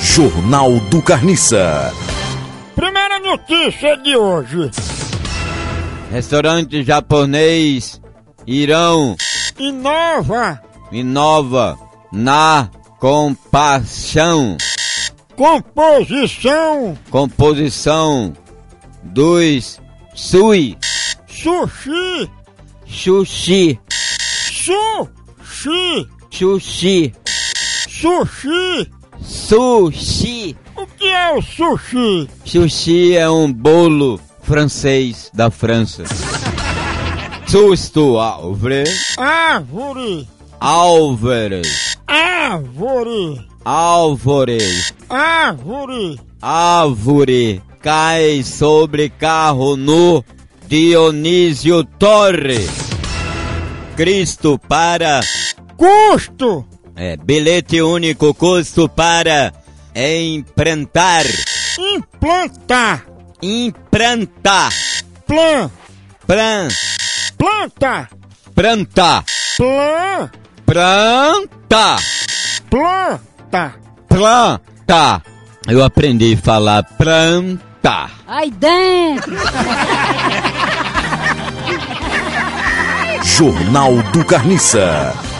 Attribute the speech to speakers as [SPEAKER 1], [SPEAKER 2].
[SPEAKER 1] Jornal do Carniça.
[SPEAKER 2] Primeira notícia de hoje:
[SPEAKER 3] Restaurante japonês Irão
[SPEAKER 2] inova
[SPEAKER 3] inova na compaixão.
[SPEAKER 2] composição
[SPEAKER 3] Composição dos Sui
[SPEAKER 2] sushi
[SPEAKER 3] Xuxi
[SPEAKER 2] sushi
[SPEAKER 3] Xuxi
[SPEAKER 2] sushi.
[SPEAKER 3] Sushi.
[SPEAKER 2] O que é o sushi?
[SPEAKER 3] Sushi é um bolo francês da França. Susto Álvares.
[SPEAKER 2] Árvore,
[SPEAKER 3] Álvares.
[SPEAKER 2] árvore,
[SPEAKER 3] Álvares.
[SPEAKER 2] árvore,
[SPEAKER 3] Árvore cai sobre carro no Dionísio Torre. Cristo para.
[SPEAKER 2] custo,
[SPEAKER 3] É, bilhete único custo para enfrentar.
[SPEAKER 2] implantar,
[SPEAKER 3] Implantar.
[SPEAKER 2] plan,
[SPEAKER 3] Pran.
[SPEAKER 2] planta,
[SPEAKER 3] Prantar.
[SPEAKER 2] plan,
[SPEAKER 3] Planta!
[SPEAKER 2] planta.
[SPEAKER 3] Planta! Eu aprendi a falar planta.
[SPEAKER 4] Aí dentro!
[SPEAKER 1] Jornal do Carniça.